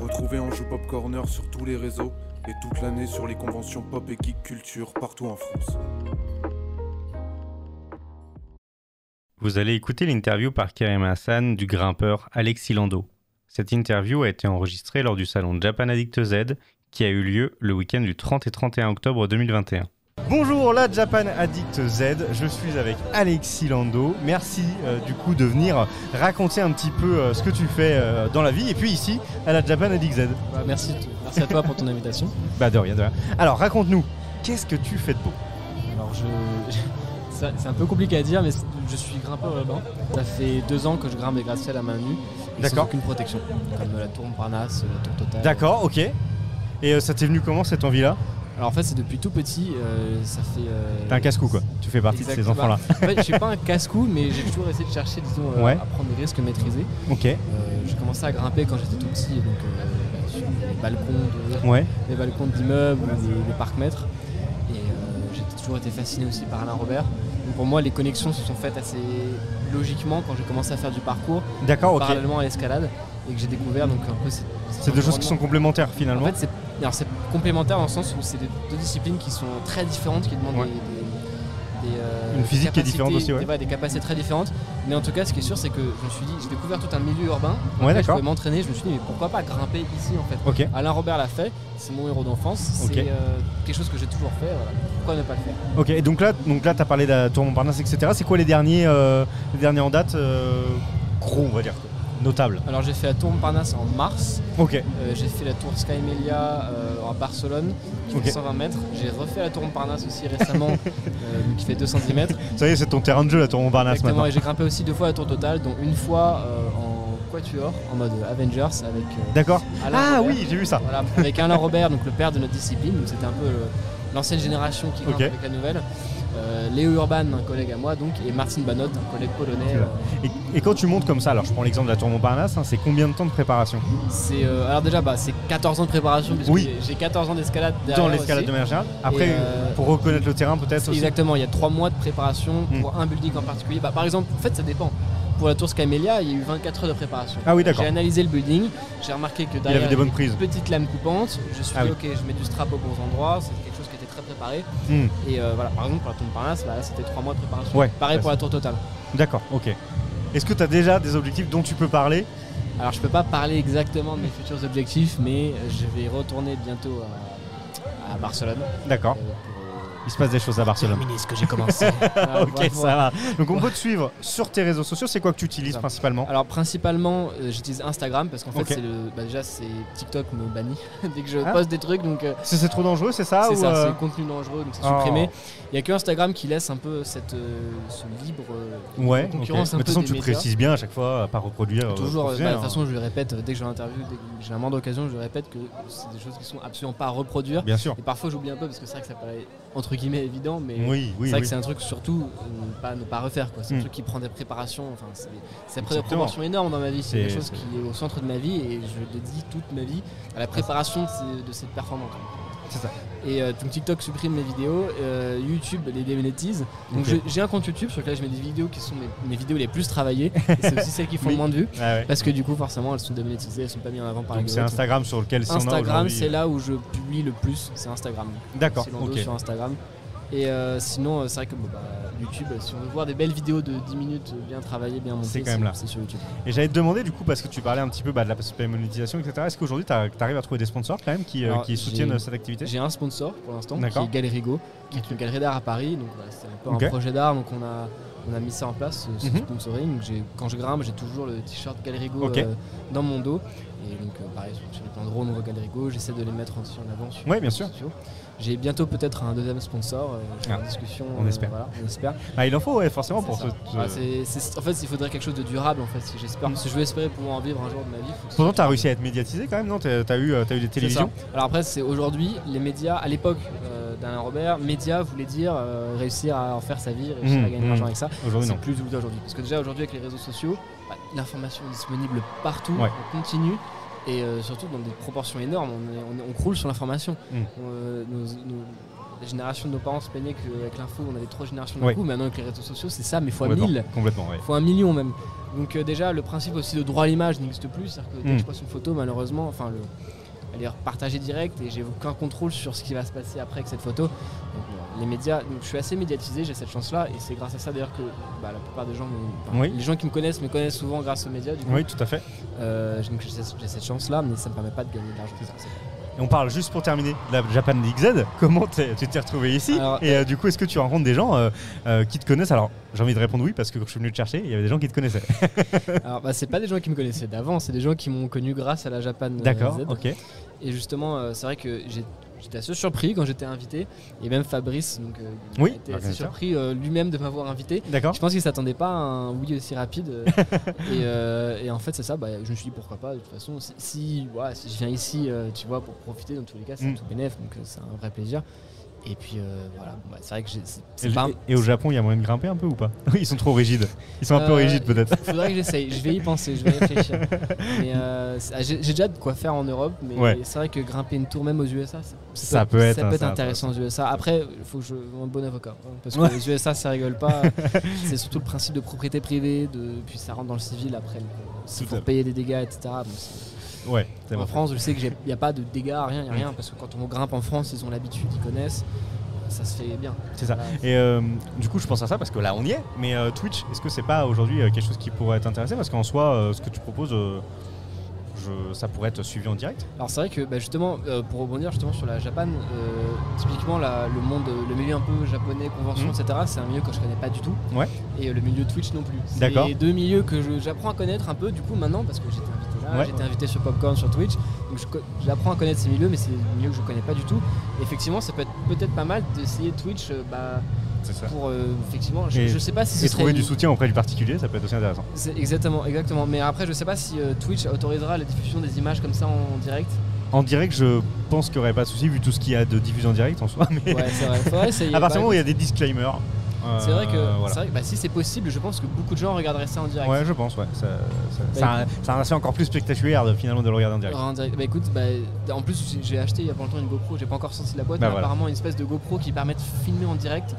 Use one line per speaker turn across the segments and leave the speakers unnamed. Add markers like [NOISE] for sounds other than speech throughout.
Retrouvez Anjou Pop Corner sur tous les réseaux et toute l'année sur les conventions pop et geek culture partout en France.
Vous allez écouter l'interview par Karim Hassan du grimpeur Alexis Lando. Cette interview a été enregistrée lors du salon Japan Addict Z qui a eu lieu le week-end du 30 et 31 octobre 2021.
Bonjour la Japan Addict Z, je suis avec Alexis Lando. Merci euh, du coup de venir raconter un petit peu euh, ce que tu fais euh, dans la vie et puis ici à la Japan Addict Z.
Bah, merci, merci à toi pour ton invitation.
Bah de rien, de rien. Alors raconte-nous, qu'est-ce que tu fais de beau
Alors je, [LAUGHS] ça- c'est un peu compliqué à dire, mais c'est- je suis grimpeur urbain. Ça fait deux ans que je grimpe des gratte-ciels à main nue, et sans
D'accord.
aucune protection, comme euh, la tour Montparnasse, la tour Total.
D'accord, ok. Et euh, ça t'est venu comment cette envie-là
Alors en fait, c'est depuis tout petit, euh, ça fait. euh,
T'es un casse-cou quoi, tu fais partie de ces [LAUGHS]
Exactement.
enfants-là.
En fait, je suis pas un casse-cou, mais j'ai toujours essayé de chercher, disons, euh,
Ouais.
à prendre des risques maîtrisés.
Ok,
Euh, j'ai commencé à grimper quand j'étais tout petit, donc euh, sur les balcons de,
ouais,
les balcons d'immeubles ou des, des parcs-mètres. Et euh, j'ai toujours été fasciné aussi par Alain Robert. Donc pour moi, les connexions se sont faites assez logiquement quand j'ai commencé à faire du parcours,
d'accord, ok.
parallèlement à l'escalade, et que j'ai découvert donc un peu ces- ces
C'est deux choses qui sont
environnements.
complémentaires
En
finalement.
fait, c'est alors, c'est complémentaire dans le sens où c'est des- deux disciplines qui sont très différentes, qui demandent
Ouais.
des, des- des, euh,
Une physique qui est
capacités-
différente aussi, ouais.
Des, des capacités très différentes. Mais en tout cas, ce qui est sûr, c'est que je me suis dit, j'ai découvert tout un milieu urbain.
Ouais,
Après, je
d'accord.
pouvais m'entraîner. Je me suis dit, mais pourquoi pas grimper ici en fait
Ok,
Alain Robert l'a fait, c'est mon héros d'enfance,
Ok.
c'est euh, quelque chose que j'ai toujours fait, voilà. pourquoi ne pas le faire
ok. Et donc là, donc là, t'as parlé de la Tour Montparnasse, etc. C'est quoi les derniers, euh, les derniers en date euh, gros, on va dire, notables
Alors j'ai fait la tour Montparnasse en mars,
Ok,
euh, j'ai fait la tour Sky Melia euh, à Barcelone, qui
Ok.
fait 120 mètres, j'ai refait la tour Montparnasse aussi récemment,
[LAUGHS]
euh, qui fait 210 mètres,
ça y est, c'est ton terrain de jeu la Tour Montparnasse
Exactement,
maintenant.
et j'ai grimpé aussi deux fois la tour totale, dont une fois euh, en quatuor, en mode Avengers, avec euh,
D'accord
Alain
Ah
Robert.
oui, j'ai vu ça.
Voilà, avec Alain Robert, donc le père de notre discipline, donc c'était un peu le- l'ancienne génération qui grimpe
Ok.
avec la nouvelle. Euh, Léo Urban, un collègue à moi, donc, et Martin Banot, un collègue polonais.
Ok.
euh,
Et, et quand tu montes comme ça, alors je prends l'exemple de la Tour Montparnasse, hein, c'est combien de temps de préparation
c'est euh, alors déjà, bah, c'est 14 ans de préparation, puisque
Oui.
j'ai- j'ai 14 ans d'escalade derrière.
Dans l'escalade
aussi.
de manière générale Après,
Et, euh,
pour reconnaître le terrain peut-être aussi Hmm.
Exactement, il y a 3 mois de préparation pour un building en particulier. Bah, par exemple, en fait, ça dépend. Pour la tour Scamelia, il y a eu 24 heures de préparation.
Ah oui, d'accord.
J'ai analysé le building, j'ai remarqué que
Il
derrière
avait des bonnes prises.
une petite lame coupante, je suis
Ah
dit, ok, je mets du strap au bon endroit, c'est quelque chose qui était très préparé.
Hmm,
Et euh, voilà, par exemple, pour la tour Parnasse, là, c'était 3 mois de préparation.
Ouais,
Pareil
ouais,
pour la tour totale.
D'accord, ok. Est-ce que tu as déjà des objectifs dont tu peux parler
Alors, je peux pas parler exactement de mes futurs objectifs, mais euh, je vais retourner bientôt à, à Barcelone.
D'accord.
euh, pour
Il se passe des choses à
euh, Ah,
Barcelone.
terminer ce que j'ai [LAUGHS] commencé.
[LAUGHS]
Voilà,
Ok,
voilà.
ça va. Donc on peut te suivre sur tes réseaux sociaux. C'est quoi que tu utilises
Ça.
principalement
Alors principalement euh, j'utilise Instagram parce qu'en fait
Ok.
c'est le bah, déjà c'est TikTok me bannit [LAUGHS] dès que je
Ah.
poste des trucs donc euh,
C'est c'est trop dangereux, c'est ça
c'est
ou,
ça
euh,
c'est contenu dangereux donc c'est
oh.
supprimé. Il y a que Instagram qui laisse un peu cette euh, ce libre euh,
Ouais, ok. Mais
concurrence
de
un
toute
peu
façon,
des
tu
médias.
précises bien à chaque fois, à pas reproduire. euh,
Toujours, euh,
professionnel,
bah, de toute
hein.
façon, je le répète euh, dès que j'ai l'interview, dès que j'ai un moment d'occasion, je le répète que c'est des choses qui sont absolument pas à reproduire.
Bien sûr.
Et parfois, j'oublie un peu parce que c'est vrai que ça paraît entre guillemets évident, mais
Oui,
c'est
oui,
vrai
oui.
que c'est un truc surtout euh, ne pas, ne pas refaire. quoi. C'est
Mm.
un truc qui prend des préparations, enfin, c'est- ça prend des
Exactement.
proportions énormes dans ma vie. C'est
C'est-
quelque chose qui est au centre de ma vie et je dédie toute ma vie à la préparation de ces- de cette performance.
C'est ça.
Et euh, donc TikTok supprime mes vidéos, euh, YouTube les démonétise. Donc
Ok.
je- j'ai un compte YouTube sur lequel je mets des vidéos qui sont mes, mes vidéos les plus travaillées. Et c'est aussi celles qui font
Oui.
le moins de vues.
Ah ouais.
Parce que du coup, forcément, elles sont démonétisées, elles sont pas mises en avant par
Donc c'est
l'algorithme.
Instagram sur lequel si on a
Instagram,
aujourd'hui- euh,
c'est là où je publie le plus, c'est Instagram.
D'accord,
C'est Lando
ok.
sur Instagram. Et euh, sinon, euh, c'est vrai que bon, bah, YouTube, si on veut voir des belles vidéos de 10 minutes euh, bien travaillées, bien montées,
C'est quand même là.
C'est sur YouTube.
Et j'allais te demander du coup, parce que tu parlais un petit peu bah, de la possibilité de monétisation, etc. Est-ce qu'aujourd'hui tu arrives à trouver des sponsors quand même qui, euh,
Alors,
qui
j'ai-
soutiennent euh, cette activité
J'ai un sponsor pour l'instant, qui
D'accord.
est Galerigo, qui est une galerie d'art à Paris. Donc voilà, c'est un peu
Ok.
un projet d'art, donc on a, on a mis ça en place, ce, ce
Mhm.
sponsoring. Donc, j'ai- quand je grimpe, j'ai toujours le t-shirt Galerigo
Ok.
euh, dans mon dos. Et donc euh, pareil, sur, sur les plans drone, on voit Galerigo, j'essaie de les mettre aussi en avant sur
Ouais, bien
les
sûr.
réseaux sociaux. J'ai bientôt peut-être un deuxième sponsor, euh, je suis
Ah,
en discussion. euh,
on espère.
voilà, on espère.
Ah, il en faut, ouais, forcément
C'est
pour
ça.
ce- ce-
Ouais, c'est- c'est- en fait, il faudrait quelque chose de durable en fait. Si j'espère,
Mm.
si je veux espérer pouvoir en vivre un jour de ma vie. faut que ce
Pourtant,
soit
tu as
durable.
réussi à être médiatisé quand même, non T'as t'as eu, euh, t'as eu des
C'est
télévisions
ça. Alors après, c'est aujourd'hui les médias. À l'époque euh, d'Alain Robert, médias voulait dire euh, réussir à en faire sa vie, réussir
Mm,
à gagner de
mm.
l'argent avec ça.
Aujourd'hui,
c'est
non.
plus double aujourd'hui. Parce que déjà aujourd'hui avec les réseaux sociaux, bah, l'information est disponible partout,
Ouais.
on continue. Et euh, surtout dans des proportions énormes, on, est- on est- on croule sur l'information.
Mm.
On, euh, nos- nos- la génération de nos parents se plaignait qu'avec l'info, on avait trop de générations d'un
Ouais.
coup. Maintenant, avec les réseaux sociaux, c'est ça, mais fois
complètement,
1000,
Complètement, ouais.
fois un million même. Donc, euh, déjà, le principe aussi de droit à l'image n'existe plus. C'est-à-dire que dès
Mm.
que je poste une photo, malheureusement, enfin, le, elle est repartagée direct et j'ai aucun contrôle sur ce qui va se passer après avec cette photo. Donc, bon, les médias, donc, je suis assez médiatisé, j'ai cette chance-là, et c'est grâce à ça d'ailleurs que bah, la plupart des gens, me- enfin,
Oui.
les gens qui me connaissent, me connaissent souvent grâce aux médias. Du coup,
Oui, tout à fait.
Euh, donc, j'ai cette- j'ai cette chance-là, mais ça me permet pas de gagner de l'argent. ça, c'est clair.
Et on parle juste pour terminer de la Japan League Z. Comment t'es- tu t'es retrouvé ici
Alors,
Et euh, du coup, est-ce que tu rencontres des gens euh, euh, qui te connaissent Alors, j'ai envie de répondre oui parce que quand je suis venu te chercher, il y avait des gens qui te connaissaient.
Alors, bah, c'est pas des gens qui me connaissaient d'avant, c'est des gens qui m'ont connu grâce à la Japan euh,
D'accord,
Z.
ok.
Et justement, euh, c'est vrai que j'ai- j'étais assez surpris quand j'étais invité, et même Fabrice, donc, euh, il
Oui,
a été assez
l'organisateur. Ah.
surpris euh, lui-même de m'avoir invité.
D'accord.
Je pense qu'il s'attendait pas à un oui aussi
[LAUGHS]
rapide. euh, et, euh, et en fait, c'est ça, bah, je me suis dit pourquoi pas, de toute façon, si, si, voilà, si je viens ici, euh, tu vois, pour profiter, dans tous les cas, c'est
Mm.
tout bénef, donc euh, c'est un vrai plaisir. Et puis euh, voilà, bon, bah, c'est vrai que j'ai- c'est-
Et,
c'est pas.
et au Japon, il y a moyen de grimper un peu ou pas [LAUGHS] Ils sont trop rigides. Ils sont un peu
Euh,
rigides
[LAUGHS]
peut-être.
Faudrait que j'essaye, je vais y penser, je vais y réfléchir. Mais euh, c'est- ah, j'ai j'ai déjà de quoi faire en Europe, mais
Ouais.
c'est vrai que grimper une tour même aux USA, ça,
Ça peut être,
ça
hein,
peut être
ça,
intéressant aux USA. Après, il faut que je un bon avocat, hein, parce que les USA, ça rigole
[LAUGHS]
pas. c'est surtout le principe de propriété privée, de, puis ça rentre dans le civil après. donc, euh,
Tout
C'est
à
pour
fait.
payer des dégâts, etc. Bon, c'est-
Ouais, c'est
en
bon.
France, je sais qu'il n'y a pas de dégâts, rien, y
Mm.
a rien, parce que quand on grimpe en France, ils ont l'habitude, ils connaissent, ça se fait bien.
C'est ça.
Voilà.
Et euh, du coup, je pense à ça parce que là, on y est. Mais euh, Twitch, est-ce que c'est pas aujourd'hui euh, quelque chose qui pourrait t'intéresser Parce qu'en soi, euh, ce que tu proposes, euh, je- ça pourrait être suivi en direct.
Alors c'est vrai que bah, justement, euh, pour rebondir justement sur la Japan, euh, typiquement la- le monde, euh, le milieu un peu japonais, convention,
Mhm.
etc. C'est un milieu que je connais pas du tout.
Ouais.
Et euh, le milieu Twitch non plus. C'est
D'accord.
les deux milieux que je- j'apprends à connaître un peu du coup maintenant parce que j'étais invité là,
Ouais.
j'étais invité sur Popcorn, sur Twitch. Donc je co- j'apprends à connaître ces milieux, mais c'est des milieux que je connais pas du tout. Et effectivement, ça peut être peut-être pas mal d'essayer Twitch euh, bah,
C'est ça.
pour euh, effectivement. Je,
Et-
je sais pas si ce
Et
serait
trouver
une-
du soutien auprès du particulier, ça peut être aussi intéressant.
c'est- Exactement, exactement. Mais après, je sais pas si euh, Twitch autorisera la diffusion des images comme ça en direct.
[LAUGHS] En direct, je pense qu'il n'y aurait pas de souci vu tout ce qu'il y a de diffusé en direct en soi. [LAUGHS] Mais
Ouais, c'est vrai. Faudrait essayer.
à partir du
Bah,
moment où il y a des disclaimers. euh,
C'est vrai que,
voilà.
c'est vrai que, bah, si c'est possible, je pense que beaucoup de gens regarderaient ça en direct.
Ouais, je pense, ouais. Ça, ça,
Bah,
ça a un- ça a un aspect encore plus spectaculaire de, finalement de le regarder en direct.
Alors, en direct. Bah écoute, bah, en plus j'ai- j'ai acheté il y a pas longtemps une GoPro, j'ai pas encore sorti la boîte,
Bah,
mais
voilà.
apparemment une espèce de GoPro qui permet de filmer en direct.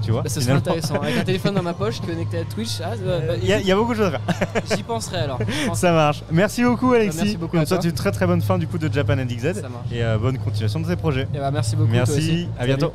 Tu vois
Bah, ce serait
finalement.
intéressant. Avec un téléphone dans ma poche connecté à Twitch, ah, bah, bah,
[LAUGHS] Il y, a- il y a beaucoup de choses à faire.
j'y penserai alors. j'y penserai.
Ça marche. Merci beaucoup, Alexis.
Bah, merci beaucoup
Et on
à
te souhaite
toi.
une très très bonne fin du coup de Japan Addict Z.
Ça marche.
Et euh, bonne continuation de tes projets.
Et bah, merci beaucoup. toi aussi.
Merci, à
Salut.
bientôt.